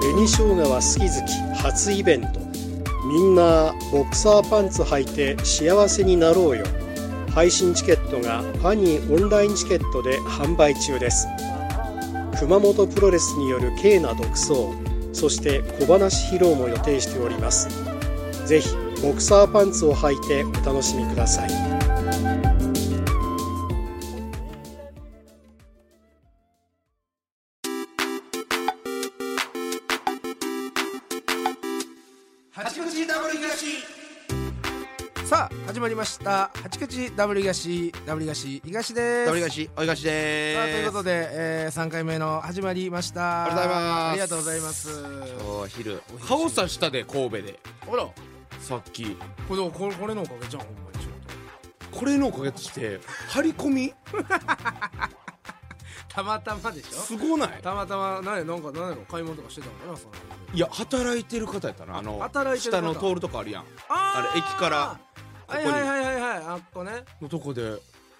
紅生姜は好き好き初イベントみんなボクサーパンツ履いて幸せになろうよ配信チケットがファニーオンラインチケットで販売中です熊本プロレスによる軽な独走そして小話披露も予定しておりますぜひボクサーパンツを履いてお楽しみください八口ダブル東さあ始まりました八口ダブル東ダブル東東ですダブリガシ、おいがしでさあというーこす。とで、えー、3回目の始まりましたありがとうございますありがとうございます今日は昼。カオさしたで神戸であらさっきこれこれこれのおかげじゃんほんまにちょっこれのおかげとして張り込みとたまたまでしすょごないたまたま何やなんか何やろ買い物とかしてたのかなそのいや働いてる方やったなあの働いてる下方の通るとこあるやんああれ駅からここにはいはいはいはいはいあっこねのとこで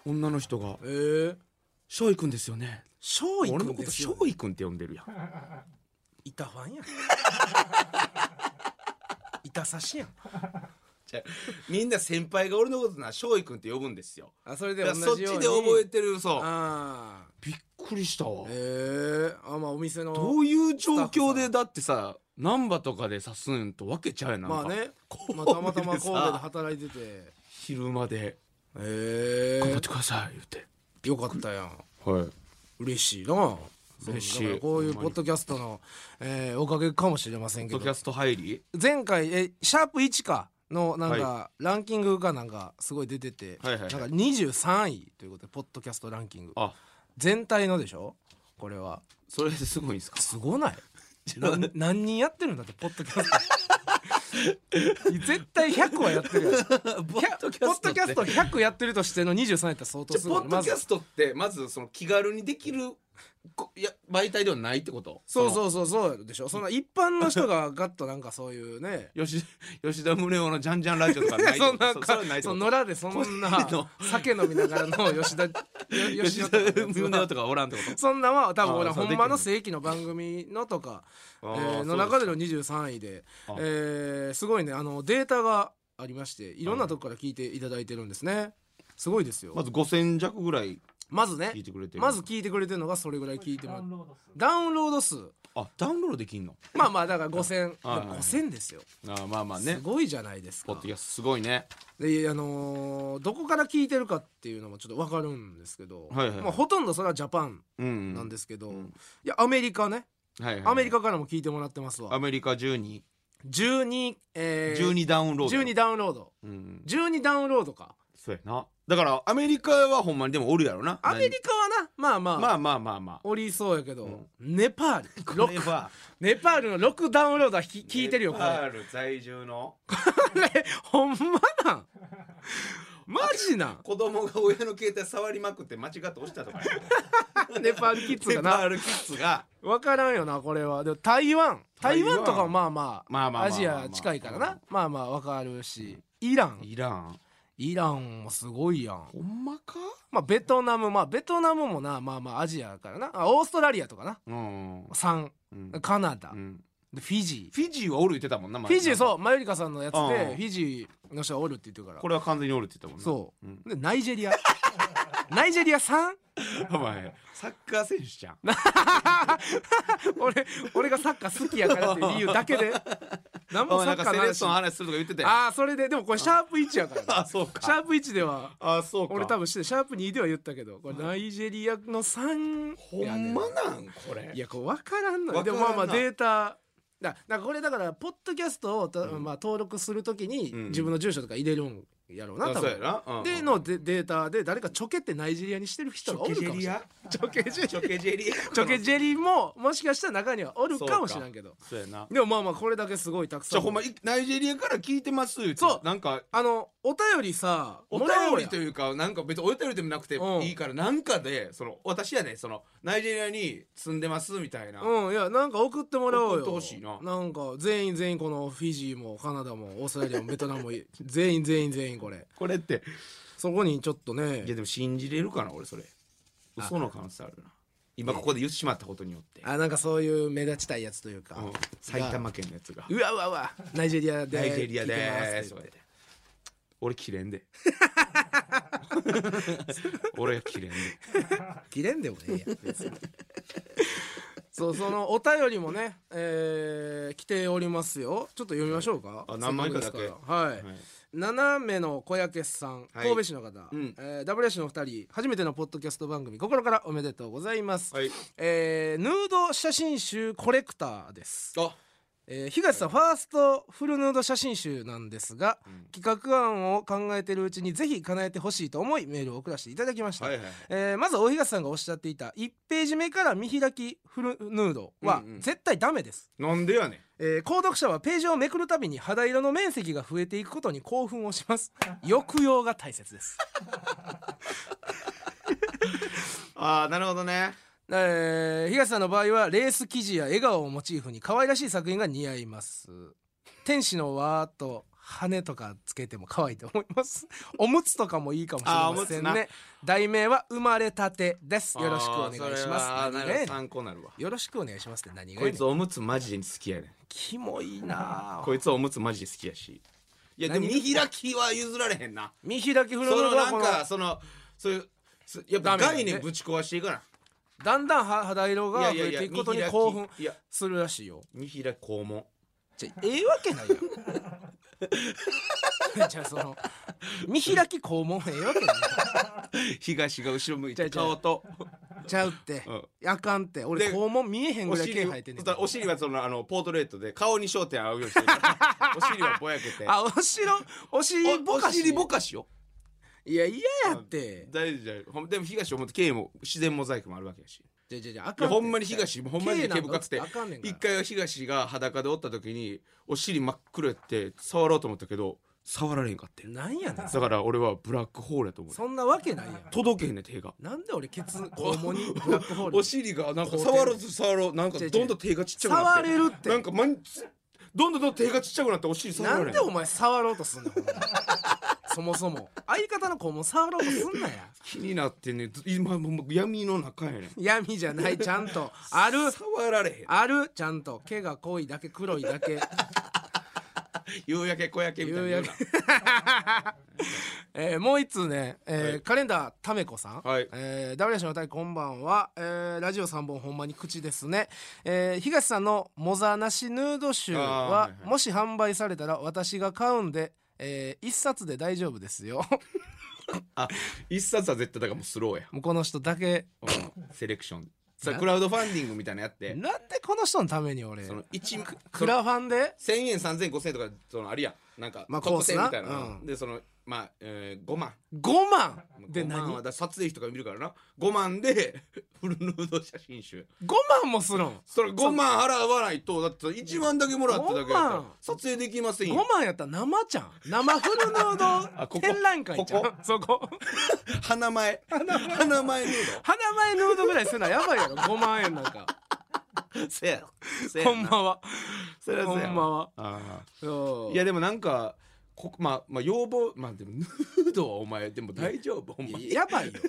女の人がえー、 「翔くんですよね」翔俺くのんこでとす翔よくんって呼んでる やんいたファン やんいたさしやんみんな先輩が俺のことな翔くんって呼ぶんですよあそれでだ同からじよそっうちにで覚えてるそうああびっくりしたわえー、あまあお店のどういう状スタ況ッフさでだってさ難波とかで刺すんとわけちゃうやんなんまあかね、ま神戸あ、でさたまたま神戸で働いててへ昼間で「え頑張ってください」言ってよかったやんはい嬉しいな嬉しいそうだからこういうポッドキャストの、えーおかげかもしれませんポッけドキャどスト入り前回えシャープ1かのなんか、ランキングがなんかすごい出てて、はいはいはいなんか23位ということでポッドキャストランキングあ全体のでしょこれはそれですごいんですかすごないな何人やってるんだってポッドキャスト 絶対100はやってるやん ポいやポッドキャスト100やってるとしての23やったら相当すじゃごいあポねッドキャまずストってまずその気軽にできるこいや媒体ではないってことそううそうそうそうでしょその一般の人がガッとなんかそういうね吉吉田宗男のジャンジャンラジオとかないって そんこなと そかれはないってそのこと野良でそんな個人の酒飲みながらの吉田よ 吉吉田田とかのやつ宗男はとかおらんって ことそんなんは多分俺あーそうほできるんまの正規の番組のとか、えあーーそうですのか中での23位であ、えーすごいねあのデータがありましていろんなとこから聞いていただいてるんですねすごいですよまず5000弱ぐらいまずね聞いてくれてるまず聞いてくれてるのがそれぐらい聞いてもらうダウンロード数あダウンロードできんのまあまあだから5000はいはい5000ですよあーまあまあすねごいじゃないですポッかドキャストすごいねであのーどこから聞いてるかっていうのもちょっと分かるんですけどはいはいはいまあほとんどそれはジャパンうんうんなんですけどんいやアメリカねはいはいはいアメリカからも聞いてもらってますアわメリカ12 12えー12ダウンロード12ダウンロードうん12ダウンロードかそうやなだからアメリカはほんまにでもおるやろなアメリカはなまあまあまあまあまあまあおりそうやけどんネパール これはネパールの6ダウンロードはひ聞いてるよこネれパール在住のねほんまなんマジ なん子供が親の携帯触りまくって間違って押したと かねネパールキッズネがパなールキッズが分からんよなこれはでも台湾台湾とかもまあまあまあまあまあまあアジア近いからなまあまあ分かるしイランいらんイランもすごいやんほんまかまあベトナムまあベトナムもなまあまあアジアやからなあオーストラリアとかなうん、う3んカナダうん、でフィジフィジーはおる言ってたもんなーフフィジーうそうマユリカさんのやつでうんフィジーの人がおるって言ってるからこれは完全におるって言ったもんなそううでナイジェリア ナイジェリア 3? ん、お前サッカー選手じゃん俺俺がサッカー好きやからっていう理由だ けで何おもサッ前なんカかーのセレッ話ソの話するとか言ってたやんああそれででもこれシャープ1やから なあそうシャかープ1ではあそうか俺多分してシャープ2では言ったけどこれナイジェリアの3ほんまなんこれいやこれ分からんのよわでからんもなまあまあデータだだからこれだからポッドキャストをた、まあ、登録するときにうん自分の住所とか入れるんやろうな多あそうや分な、うん、でのデデータで誰かちょけってナイジェリアにしてる人がおるかもしれないチョケジェリアチョケジ ェリアちょけジェリーももしかしたら中にはおるかもしれんけどそうやなでもまあまあこれだけすごいたくさんじゃあほんまいナイジェリアから聞いてます言ってそうなんかあのお便りさお便もらおうりやというかなんか別にお便りでもなくてうんいいからなんかでその私やねそのナイジェリアに住んでますみたいな、うんいやなんか送ってもらおうよ送ってほしいなんか全員全員このフィジーもカナダもオーストラリアもベトナムも 全員全員全員これこれってそこにちょっとねいやでも信じれるかな俺それ嘘の可能性あるな今ここで言ってしまったことによって、あなんかそういう目立ちたいやつというか、うん埼玉県のやつがうわうわうわナイジェリア「で ナイジェリアで聞いーてす」とまかって言って俺切れ んで俺切れんで切れんでもええやん別にそうそのお便りもね、えー来ておりますよちょっと読みましょうかあ何枚かだけせっくですらはい、はい斜めの小焼さんはい神戸市の方、うんえー、WS のお二人初めてのポッドキャスト番組心からおめでとうございます、はいえーヌード写真集コレクターですあえー東さん、ファーストフルヌード写真集なんですが、うん企画案を考えているうちにぜひ叶えてほしいと思いメールを送らせていただきました、はいはいはいえーまず大東さんがおっしゃっていた1ページ目から見開きフルヌードはうんうん絶対ダメです、なんでやねんえー購読者はページをめくるたびに肌色の面積が増えていくことに興奮をし ます抑揚が大切です、ああなるほどね えー東さんの場合はレース生地や笑顔をモチーフに可愛らしい作品が似合います天使の輪と羽とかつけても可愛いと思い ますおむつとかもいいかもしれませんあーおむね題名は生まれたてですよろしくお願いしますあーそれはなるほねど参考になるわよろしくお願いしますって何がこやいねんつおむつマジで好きやねんキモいなこいつはおむつマジで好きやしいやでも何見開きは譲られへんな見開きフルそヌーのドはなこんのかそのそういうすやっダぱメだね概念ぶち壊していかなだんだんは肌色が増えていくことに興奮いやするらしいよ見開き肛門じゃあええわけないやん じゃあその見開き肛門ええわけない東が後ろ向いちてゃうちゃ顔うとちゃうって、うんあかんって俺で肛門見えへんおぐらい毛尻生えてんねんお尻はそのあのポートレートで顔に焦点合うようにしてるからお尻はぼやけてあおしろお尻おぼおかし尻ぼかしよいや嫌やって大事だよほんでも東思って経営も自然モザイクもあるわけやしじゃあじゃあじゃああいかんっやてほんまに東ほんまに毛深くてあかんねんから一回は東が裸でおった時にお尻真っ黒やって触ろうと思ったけど触られへんかってんなんやねんだから俺はブラックホールやと思うそんなわけないやん届けへんねん手がなんで俺ケツ肛門にブラックホールお尻がなんか触ろうと触ろうなんかどんどん手がちっちゃくなって触れるってなんかまんどんどんどん手がちっちゃくなってお尻触なられんでお前触ろうとすんのそもそも相方の子も触ろうとすんなや気になってんねんず今もう闇の中やねん闇じゃないちゃんとある触られへんあるちゃんと毛が濃いだけ黒いだけ夕焼け小焼けみたいな言うな夕えーもう一通ね、えーはいカレンダーためこさん、はいえー、ダブリアシのお二人こんばんは、えーラジオ3本ほんまに口ですね、えー東さんの「モザなしヌード集は」あーはいはいもし販売されたら私が買うんで、え1冊で大丈夫ですよ あ一冊は絶対だからもうスローやもうこの人だけうんセレクションさなクラウドファンディングみたいなのやってなんでこの人のために俺その1クラファンで1000円3000円5000円とかそのあるやんなんかまあ特典みたいコーなスなうんでそのまあ、えー、5万5万で5万は何だから撮影費とか見るからな5万で フルヌード写真集5万もするんそれ5万払わないとだって1万だけもらっただけや5から万撮影できません5よ万やったら生ちゃん生フルヌーあドここ展覧会じゃんここそこ花前花前ヌー花前ヌードぐらいすんなやばいやろ5万円なんか ドせやせやほんまはそれはほせやんまはあそーういやでもなんかこまあまあ要望まあでもヌードはお前でも大丈夫ほんまいややばいよ違う違う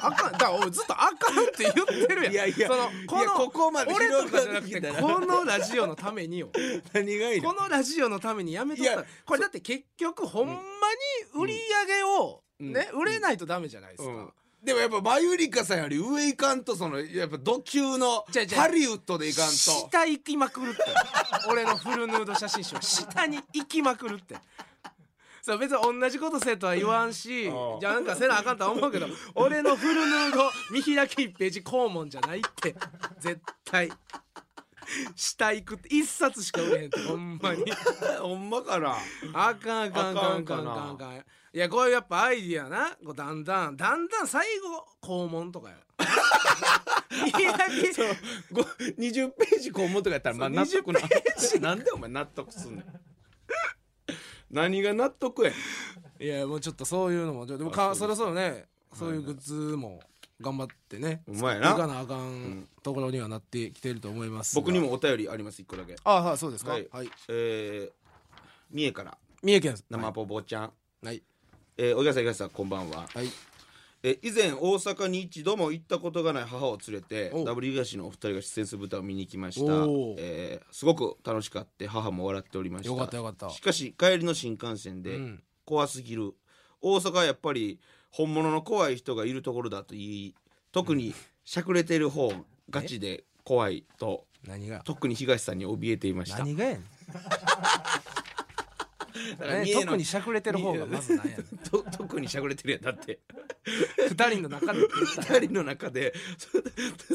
あかんだから俺ずっとあかんって言ってるやんいやいやそのいこやのここまで俺とかじゃなくて広がってきたらこのラジオのためによ何がいいのこのラジオのためにやめとったいらやこれだって結局ほんまに売り上げをうんね、うん売れないとダメじゃないですか、うんでもやっぱマユリカさんより上いかんとそのやっぱ土級の違う違うハリウッドでいかんと下行きまくるって 俺のフルヌード写真集は下に行きまくるってそう別に同じことせとは言わんしうんじゃあなんかせなあかんとは思うけど俺のフルヌード見開き1ページ肛門じゃないって絶対下行くって1冊しか売れへんってほんまに ほんまかなあかんあかんあかんあかんあかんあかんいやこういうやっぱアイディアなこうだんだんだんだん最後肛門とか や見開きご20ページこうもとかやったらまあ納得ななんでお前納得すんねん何が納得やねんいやもうちょっとそういうのもちょっとでもかそそうろそろねそういうグッズも頑張ってねお前いかななあかんところにはなってきてると思いますが僕にもお便りあります一個だけあはいそうですかははいいえー、三重から三重県生ポボちゃん、はいえー、おぎゃさんいがさんこんばんははいえ以前大阪に一度も行ったことがない母を連れておうダブル東のお二人が出演する舞台を見に行きましたおう、えーすごく楽しかって母も笑っておりましたよかったよかったしかし帰りの新幹線うでん怖すぎる、大阪はやっぱり本物の怖い人がいるところだと言い特にしゃくれてる方ガチで怖いと何が特に東さんに怯えていました何がやねんだからね三重の特にしゃくれてる方がまずなんやねん と特にしゃくれてるやんだって二人の中で二人の中で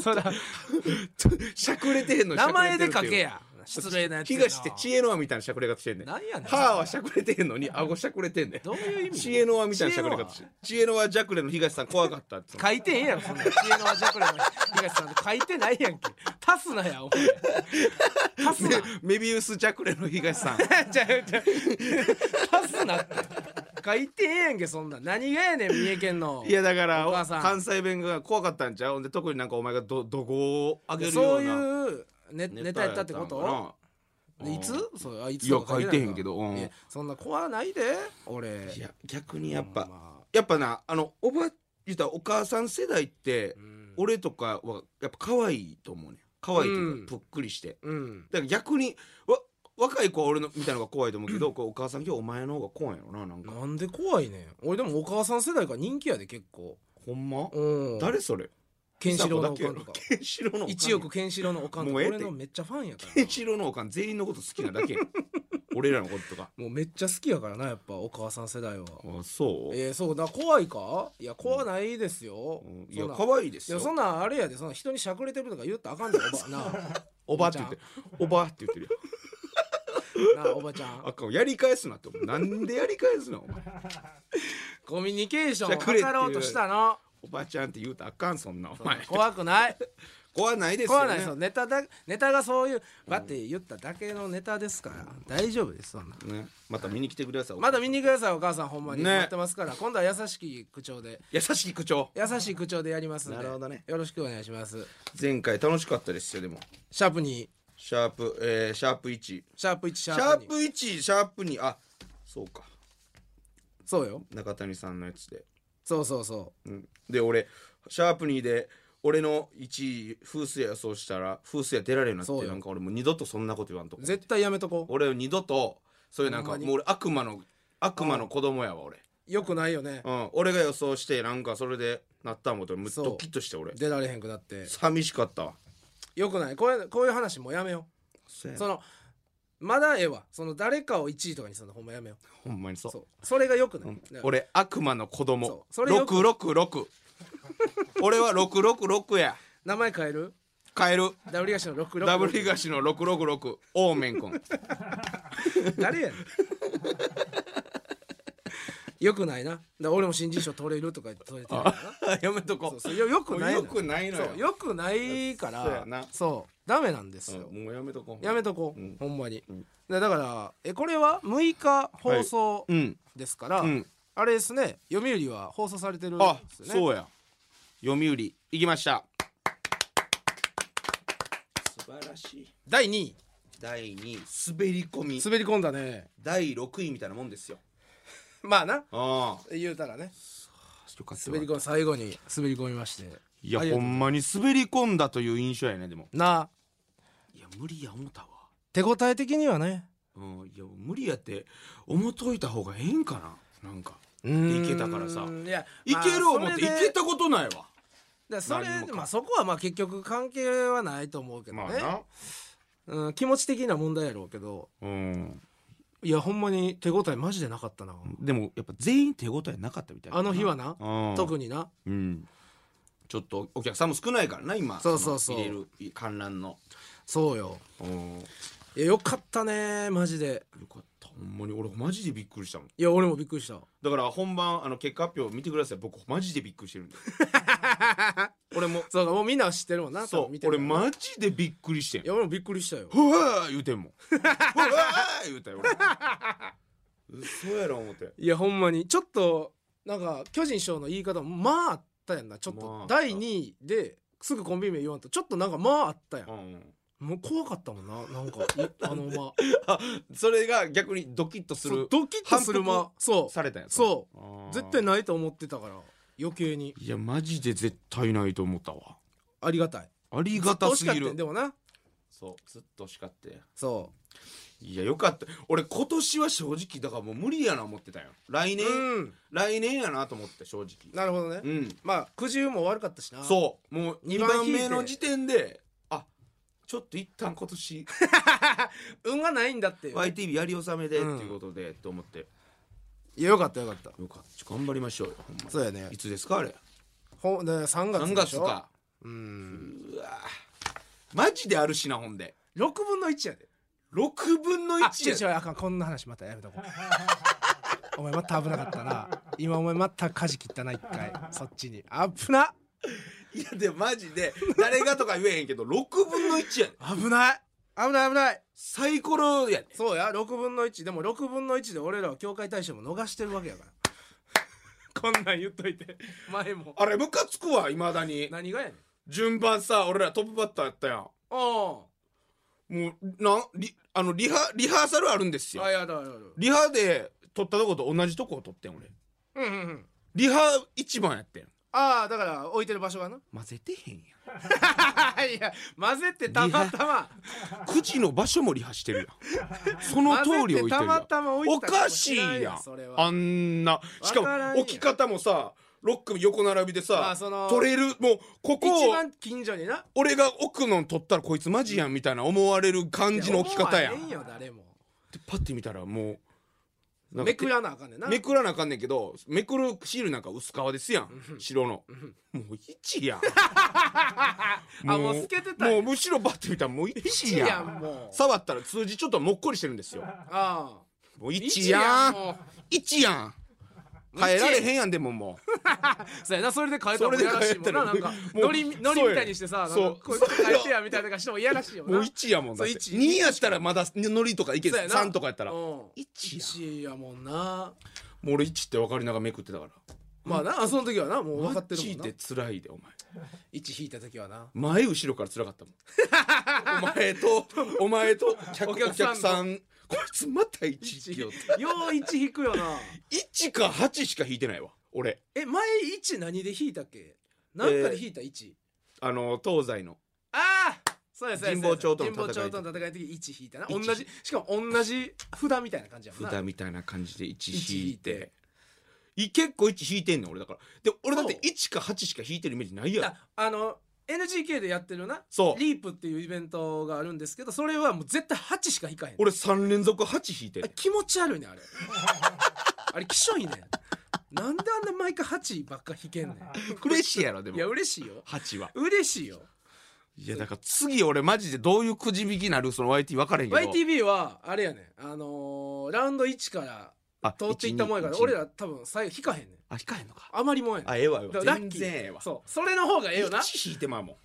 そら しゃくれてへんの名前でしゃ書くれけてるっていうや失礼なやつやな東って知恵の輪みたいなしゃくれ方してんねんなんやねん歯はしゃくれてへんのに顎しゃくれてんねんどういう意味知恵の輪みたいなしゃくれ方して知恵の輪ジャクレの東さん怖かったって書いてへんやろそんな知恵の輪ジャクレの東さん書いてないやんけ足すなやお前足すなメビウスジャクレの東さん ちゃうちゃう足すなって書いてへんやんけそんなん何がやねん三重県のいやだかお母らさん関西弁が怖かったんちゃうほんで特になんかお前がど怒号を上げるよそうういなうネネタやったってことうんいつそうあいついやとか書いてへんけどうんいやそんな怖ないで俺いや逆にやっぱ、ほんまやっぱなあのおば言ったらお母さん世代ってうん俺とかはやっぱ可愛いと思うねん可愛いとういんうかぷっくりしてうんだから逆にわ若い子は俺のみたいなのが怖いと思うけどこうお母さん今日お前の方が怖いよななんかなんで怖いねん俺でもお母さん世代が人気やで結構ほんまうん誰それケンシロウのお久か子んとだかけやろケンシロウのおかん一億ケンシロウのおかんとかもうええっ俺てのめっちゃファンやかケらンシロウのおかん全員のこと好きなだ けやん俺らのこととかもうめっちゃ好きやからなやっぱお母さん世代はあそう、えー、そうだ怖いかいや怖ないですよ、うんいそやんな可愛いでいすやよそんなんあれやでそんな人にしゃくれてるとか言ったらあかんでおばな おばって言っておばって言ってるよあなあおばちゃあ んかんやり返すなって思うなんでやり返すのお前コミュニケーションをしゃくれって図ろうとしたのおばちゃんって言うたらあかんそんなお前怖くない怖ないですよ、ね、怖ないですよネタだネタがそういうバって言っただけのネタですから大丈夫ですそんなね、また見に来てください。まだ見にくださいお母さんほんまにね待ってますから、今度は優しき口調で優しい口調。優しい口調でやりますんでなるほどねよろしくお願いします前回楽しかったですよ、でも。シャープ2シャープ、えー、シャープ1。シシャープ1シャャーーププ2 1、シャープ2。あ、そうか。そうよ中谷さんのやつで。そうそうそうん、で、俺、シャープ2で、俺の1位、風水予想したら、風水屋出られるようにそなっうて、よなんか俺もう二度とそんなこと言わんとこう。絶対やめとこ俺は二度と、そういうなんほか、んまにもう俺悪魔の、悪魔の子供やわ、俺。うよくないよねうん、俺が予想して、なんかそれでなったもんと、むっそうドキッとして俺。出られへんくなって寂しかったわ。よくないこういうこういう話もうやめようそのまだええわその誰かを1位とかにするのほんまやめようほんまにそう。そうそれがよくない、うんだから俺悪魔の子そう供それよく六六六。 俺は六六六や。名前変えるカエル。ダブリガシの66ダブル東の六六六。オーメン君。誰やねんよくないなだから俺も新人賞取れるとか取れてるからな やめとそこう。そうよよくないのよくないのそうよ。よくないかそうやらなそうダメなんですよ、うんもうやめとこう。やめとこう、うんほんまに、うんでだからえこれは6日放送うん。ですから、うんあれですね読売は放送されてるんであ、すよねそうや。読売行きました。素晴らしい。第2位第二滑り込み。滑り込んだね第六位みたいなもんですよ。まあなああ。言うたらねよかった滑り込み最後に滑り込みましていあやりがとほうんまに滑り込んだという印象やねでもないや無理や思ったわ手応え的にはねうんいや無理やって思っといた方がええんかななんかうーんいけたからさいやいける思まっあてそれいでけたことないわでそれ何もかまあそこはまあ結局関係はないと思うけどね、うん、気持ち的な問題やろうけどうんいやほんまに手応えマジでなかったな、でもやっぱ全員手応えなかったみたいなあの日はな、うん特になうんちょっとお客さんも少ないからな今そうそうそうの入れる観覧のそうようんよいやよかったねマジでかったほんまに俺マジでびっくりしたもんいや俺もびっくりしただから本番あの結果発表見てください僕マジでびっくりしてるんで俺もそうかもうみんなは知ってるもんな多そ分う見てる俺からいマジでびっくりしてんや俺もびっくりしたよふわー言うてんもん。ふわー言 うたよ俺。嘘やろ思って。いやほんまにちょっとなんか巨人師匠の言い方もまああったやんなちょっまああとった第2位ですぐコンビ名言わんとちょっとなんかまああったやんうん。もう怖かったもんななんかい あのまそれが逆にドキッとすそうる。ドキッとするま反そうされたんやそうう絶対ないと思ってたから余計にいやマジで絶対ないと思ったわありがたいありがたずっと欲すぎしかったんるでもなそうずっと惜しかったよそいやよかった俺今年は正直だからもう無理やな思ってたよ来う年、うん来年やなと思って正直なるほどね、うんまあ苦渋も悪かったしなうそうもう二2番番引い目ての時点であちょっと一旦今年運がないんだって YTV やり納めでってうんいうことで、と思っていやよかったよかったよかった頑張りましょうよほんまそうやねいつですかあれほんで3月何でし月ょかうんマジであるしなほんで6分の1やで6分のあ違う1違やうあかんこんな話またやめとこう お前また危なかったな今お前また舵切ったな一回そっちに危ないやでもマジで誰がとか言えへんけど6分の1やで危ない危ない危ないサイコロやでそうや6分の1でも6分の1で俺らは教会大使も逃してるわけやから こんなん言っといて前もあれムカつくわいまだに何がやねん順番さ俺らトップバッターやったやんおもうなんリあのリハリハーサルあるんですうよあやだやだやだリハで撮ったとこと同じとこを撮ってん俺うんうんうんリハ一番やってんああだから置いてる場所がな混ぜてへんや いや混ぜてたまたまん9時の場所もリハしてるやんその通り置いてるやたんまたま置いておかしいやんそれはあんなしかわからんもやん置き方もさロック横並びでまさあその取れるもうここ一を番近所にな俺が奥の取ったらこいつマジやんみたいな思われる感じの置き方やん思わへんよ誰もでパッて見たらもうなんかめくらなあかんねんなめくらなあかんねんけどめくるシールなんか薄皮ですやん白のもう1やん あもう透けてたんもやうむしろバッて見たらもう1やんやんもう触ったら数字ちょっともっこりしてるんですよああもう1やんも1やん変えられへんやんでももううそうやなそれで変えたらもういそれでやらしいもんなな変んえたからもうノリノリみたいにしてさなんかそうこういうこと変えてやみたいな感じしてもいやらしいよなもう1やもんだってそう1 2やったらまだノリとかいけそうやな3とかやったらもうん一や一やもんなう俺1って分かりながらめくってたからまあなその時はなもう分かってるもんな1ってつらいでお前一引いた時はな 前後ろから辛かったもんお前と お前と客おお客さ客んさんこいつまた1一引よよう一引くよな1か8しか引いてないわ俺え前一何で引いたっけなんかで引いた一あの東西のああそうやそうや神保町との神保町との戦いの時1引いたな同じしかも同じ札みたいな感じやもんな札みたいな感じで一1引引いいててい結構1引いてんねん俺だからで俺だっそてう1か8しか引いてるイメージないやろああの NGK でやってるなそうリープっていうイベントがあるんですけどそれはもう絶対8しか引かへん俺3連続8引いてんあねん気持ち悪いねんあれ あれきしょいねんなんであんな毎回8ばっか引けん ね嬉しいやろでんいやも嬉しいよ8は嬉しいよいやだから次俺マジでどういうくじ引きになるその YT 分からへんけど YTB はあれやねんあのーラウンド1からあ通っていったもんやから12俺ら多分最後引かへんねんあ引かへんのかあまりもんやねんあええわええだわからラッ全キー然ええわそうそれの方がええよな1引いてまうもん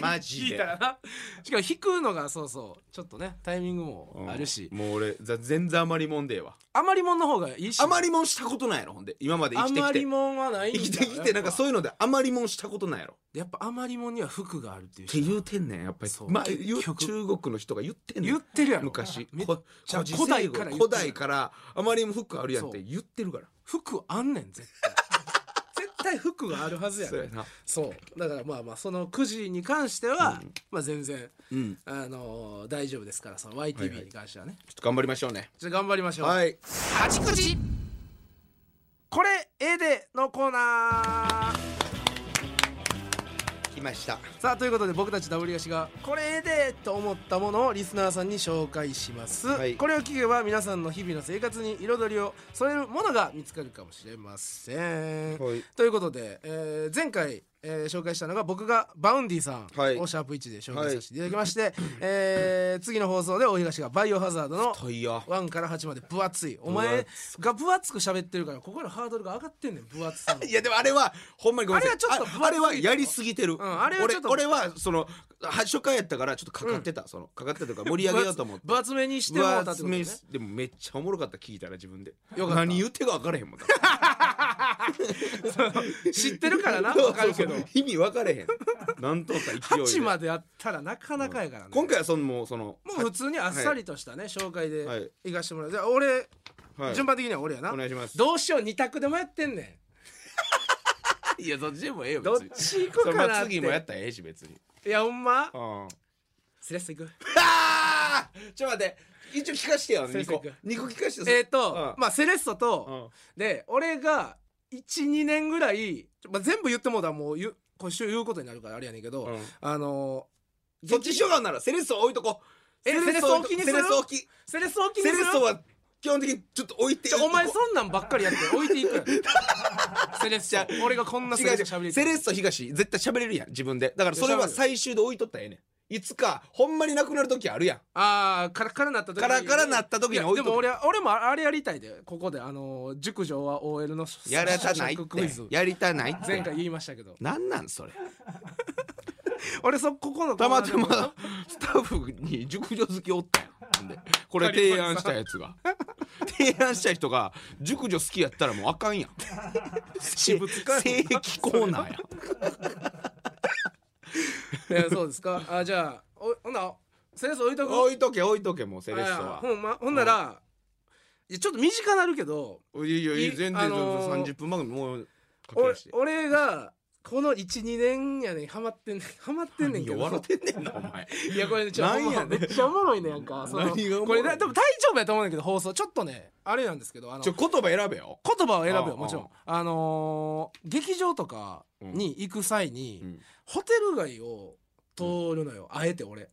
マジで引いたらなしかも引くのがそうそうちょっとねタイミングもあるし、もう俺ざ全然余りもんでええわ余りもんの方がいいし余りもんしたことないやろほんで今まで生きてき余りてもんはないん生だきてきてなんかそういういうので余りもんしたことないやろっやっぱ余りもんには服があるっていうて言うてんねんやっぱりそうまあ言う結中局国の人が言ってんね言っんてるやろ昔めっこちゃ古事古代成語から言ってる古代から余りもん服あるやんって言ってるから服あんねん絶 対絶対服があるはずやそうねやなそうだからまあまあそのくじに関しては、まあ全然うんちょあのー大丈夫ですからそのはいは YTV いに関してはね、っと頑張りましょうねちょっと頑張りましょう、はい八口これええでのコーナー来ましたさあということで僕たちダブリガシがこれええでと思ったものをリスナーさんに紹介します、はいこれを聞けば皆さんの日々の生活に彩りを添えるものが見つかるかもしれません、はいということで、えー前回、えー紹介したのが僕がバウンディさんはいをシャープ1で紹介させていただきまして、えー次の放送で大東がバイオハザードのといよ1から8まで分厚いお前が分厚く喋ってるからここのハードルが上がってんねん分厚さのいやでもあれはほんまにごめんなさあいれはちょっとああれはやりすぎてる、んあれはちょっと俺俺はそのは初回やったからちょっとかかってた、そのかかってたというか盛り上げようと思って分厚めにしてもうたってことうわねでもめっちゃおもろかった聞いたら自分でよかった何言ってか分からへんもんだ 知ってるからな分かるけどそうそうそう意味分かれへんなんとか勢いで8まであったらなかなかやからね今回はそのもうそのもう普通にあっさりとしたね紹介ではい行かしてもらうじゃあ俺はい順番的には俺やなお願いしますどうしよう2択でもやってんねんいやどっちでもええよどっ別にち行そこれうかまなっあて次もやったらええ し別にいやほんまうんスレッサ行くあーちょっと待って一応聞かしてよ先二生個二個聞かしてえっ、と、うんまあセレッソと、うんで俺が12年ぐらい、まあ、全部言ってもうたらもう言う今週言うことになるからあれやねんけど、うんあのそっちしようがんならセレッソ置いとこえセレッソ置きにするセレッソ置きセレッソを気にセすレるッソは基本的にちょっと置いてちょお前そそんなんばっかりやって置いてい くやんセレッソ俺がこんなセ違レうッ違ソうしゃべりセレッソ東絶対喋れるやん自分でだからそれいや喋はる最終で置いとったらええねんいつかほんまになくなる時あるやんああカラッカラになった時にカラカラなった時にいや置いでとくも俺は俺もあれやりたいでここであの熟女は OL のやらたないっ食クイてズやりたないって前回言いましたけどなんなんそれ俺そここのたまたまスタッフに熟女好きおったよほんでこれ提案したやつが提案した人が熟女好きやったらもうあかんやん私物かよ正規コーナーやえそうですかあじゃあおほんなセレッソ置いとく 置いとけ置いとけもうセレッソあはほんまほんなら、いやちょっと短なるけどいやいやいいや全然あ全然のー30分番組もう書き俺出して俺がこの12年やねんハマってんねんハマってんねんけいやど笑ってんねんな お前いやこれねちょっとなんやねんめっちゃおもろいねんやん かその何がおもころれいな多分大丈夫やと思うんだけど放送ちょっとねあれなんですけどあのちょ言葉選べよ言葉を選ぶあよあもちろんあのー劇場とかに行く際に、うんホテル街を通るのよ、あえて俺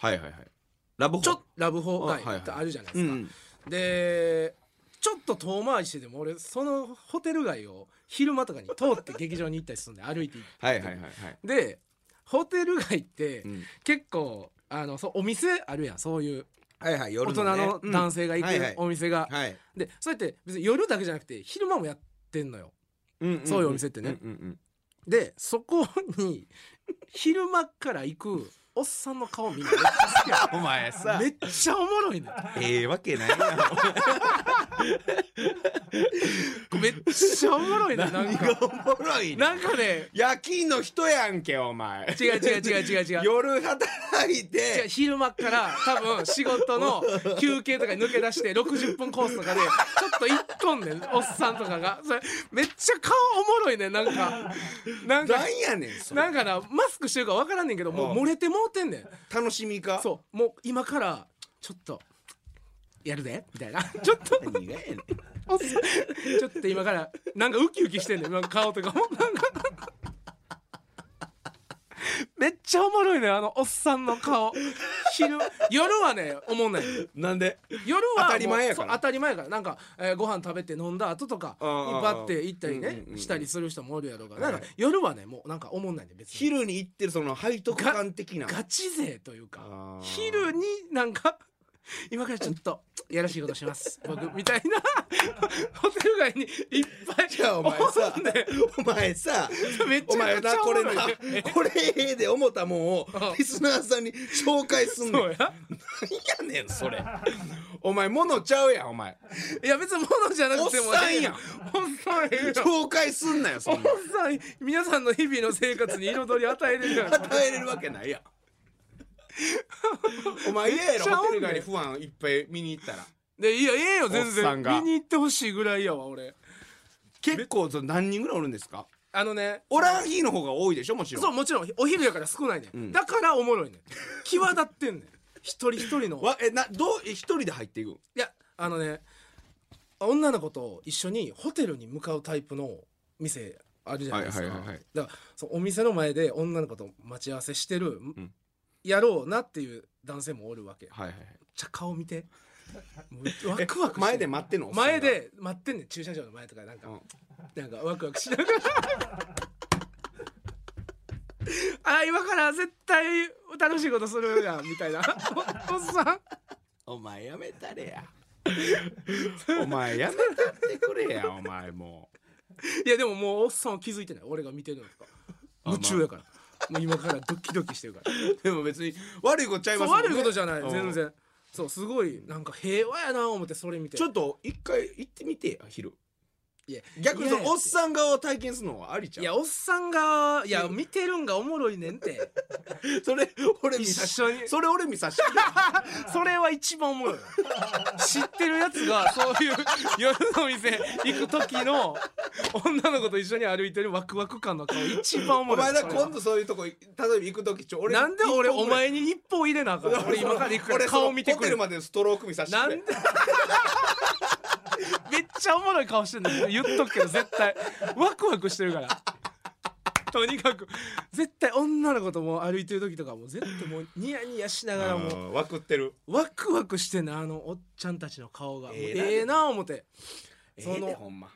はいはいはいラブホちょっとラブホあはいは街いってあるじゃないでうすか、んでちょっと遠回りしてでも俺そのホテル街を昼間とかに通って劇場に行ったりするん で歩いて行ってはいはいはいはいでホテル街ってうん結構あのそうお店あるやんそういうはいはい大夜人のね男性が行うんけはいはるいお店が、はいでそれって別に夜だけじゃなくて昼間もやってんのよそういうお店ってねうんうんうんでそこに昼間から行くおっさんの顔みんなめっちゃ好きやお前さめっちゃおもろいねええわけないやろめっちゃおもろいねなん何かがおもろいねなんかね夜勤の人やんけお前違う違う違う違う違う夜働い違うて昼間から多分仕事の休憩とかに抜け出して60分コースとかでちょっと行っとんねんおっさんとかがそれめっちゃ顔おもろいねんなんかなんかなんやねんそれなんかなマスクしてるか分からんねんけどもう漏れてもうてんねん楽しみかそうもう今からちょっとやるでみたいな ちょっと何がやねんおっさんちょっと今からなんかウキウキしてんねんなんか顔とかもなんかめっちゃおもろいねあのおっさんの顔昼夜はねおもんないなんで夜はもう当たり前やからそう当たり前やからなんか、えーご飯食べて飲んだ後とかあーあーあーバッて行ったりね、うんうんうんうんしたりする人もおるやろうから、はいなんか夜はねもうなんかおもんないね別に昼に行ってるその背徳感的なガチ勢というかあー昼になんか 今からちょっとやらしいことし ます僕みたいなホテル街にいっぱいじゃあお前さおんでお前さめっちおゃ前くちなゃおもころれいね なこれええで思ったもんをうんリスナーさんに紹介すんのそやうややねん それお前物ちゃうやんお前いや別に物じゃなくてもおっさんやんおっさんやん紹介すんなよそおっんなさん皆さんの日々の生活に彩り与えれるやん与えれるわけな いやんお前嫌やめっちゃろおんねんホテル街に不安いっぱい見に行ったらでいやええよ全おっさん然が見に行ってほしいぐらいやわ俺結構その何人ぐらいおるんですかあのねオランヒーの方が多いでしょもちろそうんもちろんお昼やから少ないね、ん、んだからおもろいねん際立ってんねん一人一人のわえなどうえ一人で入っていくんいやあのね女の子と一緒にホテルに向かうタイプの店あるじゃないですか、はいはいはいはいだからそのお店の前で女の子と待ち合わせしてる、んやろうなっていう男性もおるわけめっはいはいはいちゃ顔見てもうワクワクして前で待ってんのおっさんが前で待ってんねん駐車場の前とかなんか、なんかワクワクしながら あー今から絶対楽しいことするやんみたいなおおっさんお前やめたれや お前やめたってくれやお前もう いやでももうおっさんは気づいてない俺が見てるのとか夢中やから、もう今からドキドキしてる からでも別に悪いことちゃいそまうす悪もんねいことじゃないうん全然そうすごいなんか平和やな思ってそれ見てちょっと一回行ってみてや昼いや逆にそいやのおっさん側を体験するのはありちゃういやおっさんがいや見てるんがおもろいねんってそれ俺 見一さし緒に それ俺見さしてそれは一番おもろい知ってるやつがそういう夜の店行く時の女の子と一緒に歩いてるワクワク感の顔一番おもおろい前だそれは今度そういうとこ例えば行く時ちょ俺なんで俺一歩おぐらい前に一歩入れなあかんの俺今から行くから俺その顔見てくホテれルまでのストローク見さしてなんで めっちゃおもろい顔してんの言っとくけど絶対ワクワクしてるからとにかく絶対女の子ともう歩いてる時とかもう絶対もうニヤニヤしながらもううんわくってるワクワクしてんねんあのおっちゃんたちの顔がもうええええなな思てそのええでほんま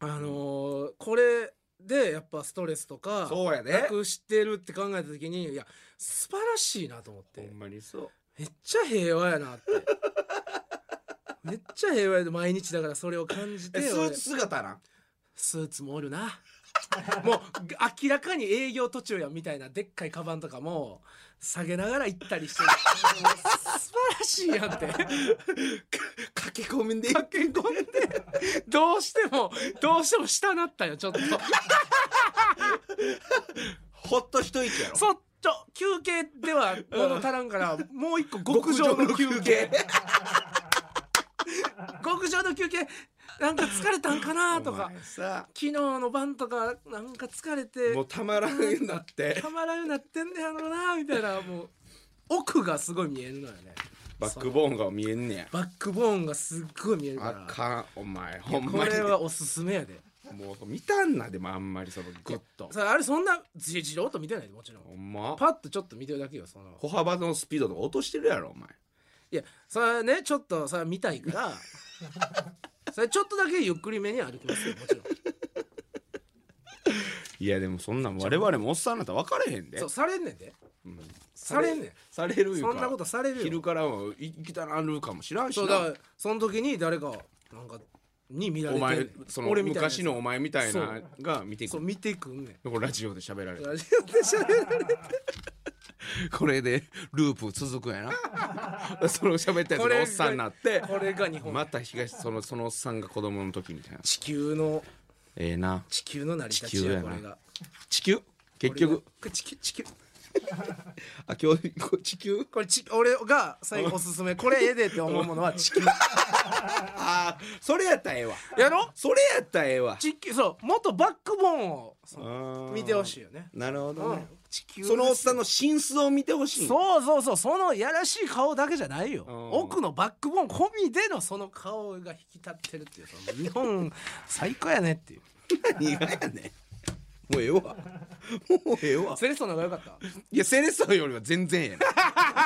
あのーこれでやっぱストレスとかそうやなでくしてるって考えた時にいや素晴らしいなと思っほてんまにそうめっちゃ平和やなってめっちゃ平和やで毎日だからそれを感じてえス俺ーツ姿なんスーツもおるなもう明らかに営業途中やみたいなでっかいカバンとかも下げながら行ったりしてるもう素晴らしいやんって駆け込みで駆け込んでどうしてもどうしても下なったよちょっとほっと一息やろそっちょ休憩では物足らんから、もう一個極上の休憩極上の休憩なんか疲れたんかなととかかさ昨日の晩とかなんか疲れてもうたまらんようにな ってたまらんようになってんねやろうなみたいなもう奥がすごい見えるのよねバックボーンが見えんねやバックボーンがすっごい見えるかあらかんお前ほんこまにれはおすすめやでもう見たんなでもあんまりそのグッとそれあれそんなじじろっと見てないでもちろんほんまパッとちょっと見てるだけよその歩幅のスピードとか落としてるやろお前いやそれはねちょっとそれは見たいから それちょっとだけゆっくりめに歩きますよもちろんいやでもそんなん我々もおっさんなんて分かれへんでそうされんねんで、んされんねんされるいうかそんなことされるよ昼からも行きたなるかもしらんしそうだからなその時に誰かなんかに見られおてんね前んその俺みたいなやつ昔のお前みたいなが見てそうく見てくんねんるラジオで喋られるラジオで喋られてこれでループ続くんや なその喋ったやつがおっさんになってこれが日本また東そのそのおっさんが子供の時みたいな地球のええな地球の成り立ち地球よやこなれが地球結局これが地球地球あ今日これ地球これち俺が最後おすすめこれええでって思うものは地球ああそ れやったらええわやろそれやったらええわ地球そうもっとバックボーンをそのあー見てほしいよね、なるほうどねん、地球そのおっさんの真相を見てほしいんそうそうそうそのやらしい顔だけじゃないよん奥のバックボーン込みでのその顔が引き立ってるっていうその日本最高やねっていう何がやねんもうええわもうええわセレストの方が良か ったいやセレッソよりは全然ええな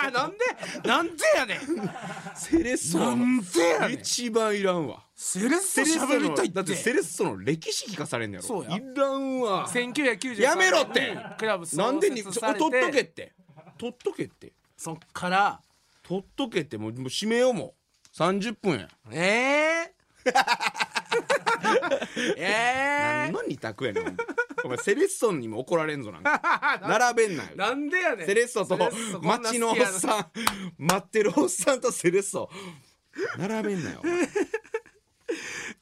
あなんでなんでやねんセレッソなんでやねん一番いらんわセレストセレッソ喋りのたいってだってセレッソの歴史聞かされんのやろそうやいらんわ1993やめろってクラブ創設なんでにちょさ取れってとけって取っとけってそっから取っとけってもうもう締めようもう30分やええ え何の二択やねんほんまお前セレッソにも怒られん ぞなんか並べんなよえ なんでやねんセレッソとセレッソこんな好きや街のなおっさん待ってるおっさんとセレッソ並べんなよお前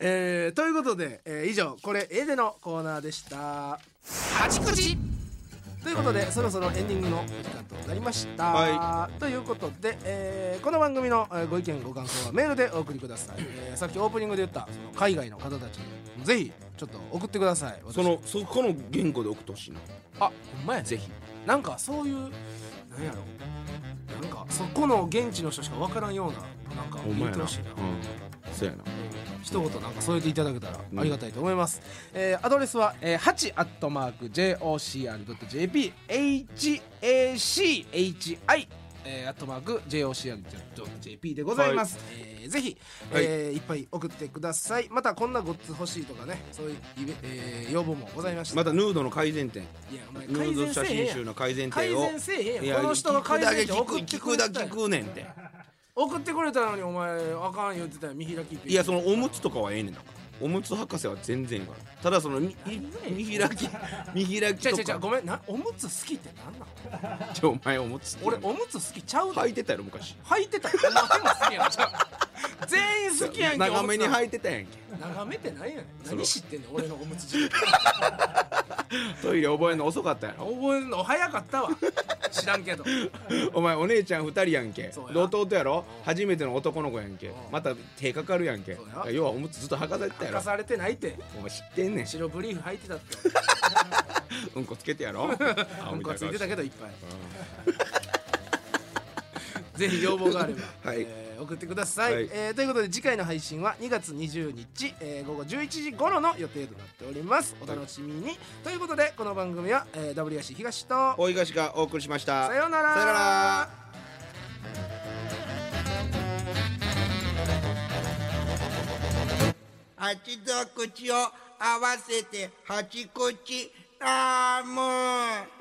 えーということで、えー以上これエデのコーナーでした八口ということでそろそろエンディングの時間となりました、はということで、えーこの番組のえーご意見ご感想はメールでお送りください、えーさっきオープニングで言ったその海外の方たちにぜひちょっと送ってください私そのそ この言語で送ってほしいなあほんまやぜひなんかそういうなんやろなんかそこの現地の人しか分からんようななんかお言前ってやな、うほんしいな、そうやな一言なんか添えていただけたらうんありがたいと思います、えーアドレスは、えー、8アットマーク JOCR.JP HACHI えー、アットマーク JOCR.JP でございます、えーぜひ、はいえーいっぱい送ってくださいまたこんなグッズ欲しいとかねそういうイベ、えー要望もございましたまたヌードの改善点いやお前ヌー改ド善せ写えへん真集やんの改善改点を善せえへんいやんこの人の改善点聞く送だっけてくれたや聞く聞くだんけ聞くねんて送ってくれたのにお前あかん言ってたよ見開きページいやそのおむつとかはええねんだからおむつ博士は全然いいからただそのみ見開き見開ちきゃとちゃちゃかごめんなおむつ好きってなんなのちょお前おむつって俺おむつ好きちゃうで履いてたやろ昔 履いてたよお前も好きやん全員好きやんけ長めにおむつ履いてたやんけ眺めてないやねんそれ何知ってんの俺のおむつ事情 トイレ覚えんの遅かったやろ覚えんの早かったわ知らんけどお前お姉ちゃん2人やんけそうやで弟やろ初めての男の子やんけんまた手かかるやんけそうやだから要はおむつずっと履かされてた明やろかされてないってお前知ってんねん白ブリーフ履いてたってうんこつけて やろ青うんみこはつたいな顔していてたけどいっぱい、 ぜひ要望があれば、はいえー送ってください、はいえーということで次回の配信は2月20日、えー午後11時頃の予定となっておりますお楽しみに、ということでこの番組は、えー、WRC 東と大東がお送りしましたさようならさようなら八度口を合わせて八口ラーメン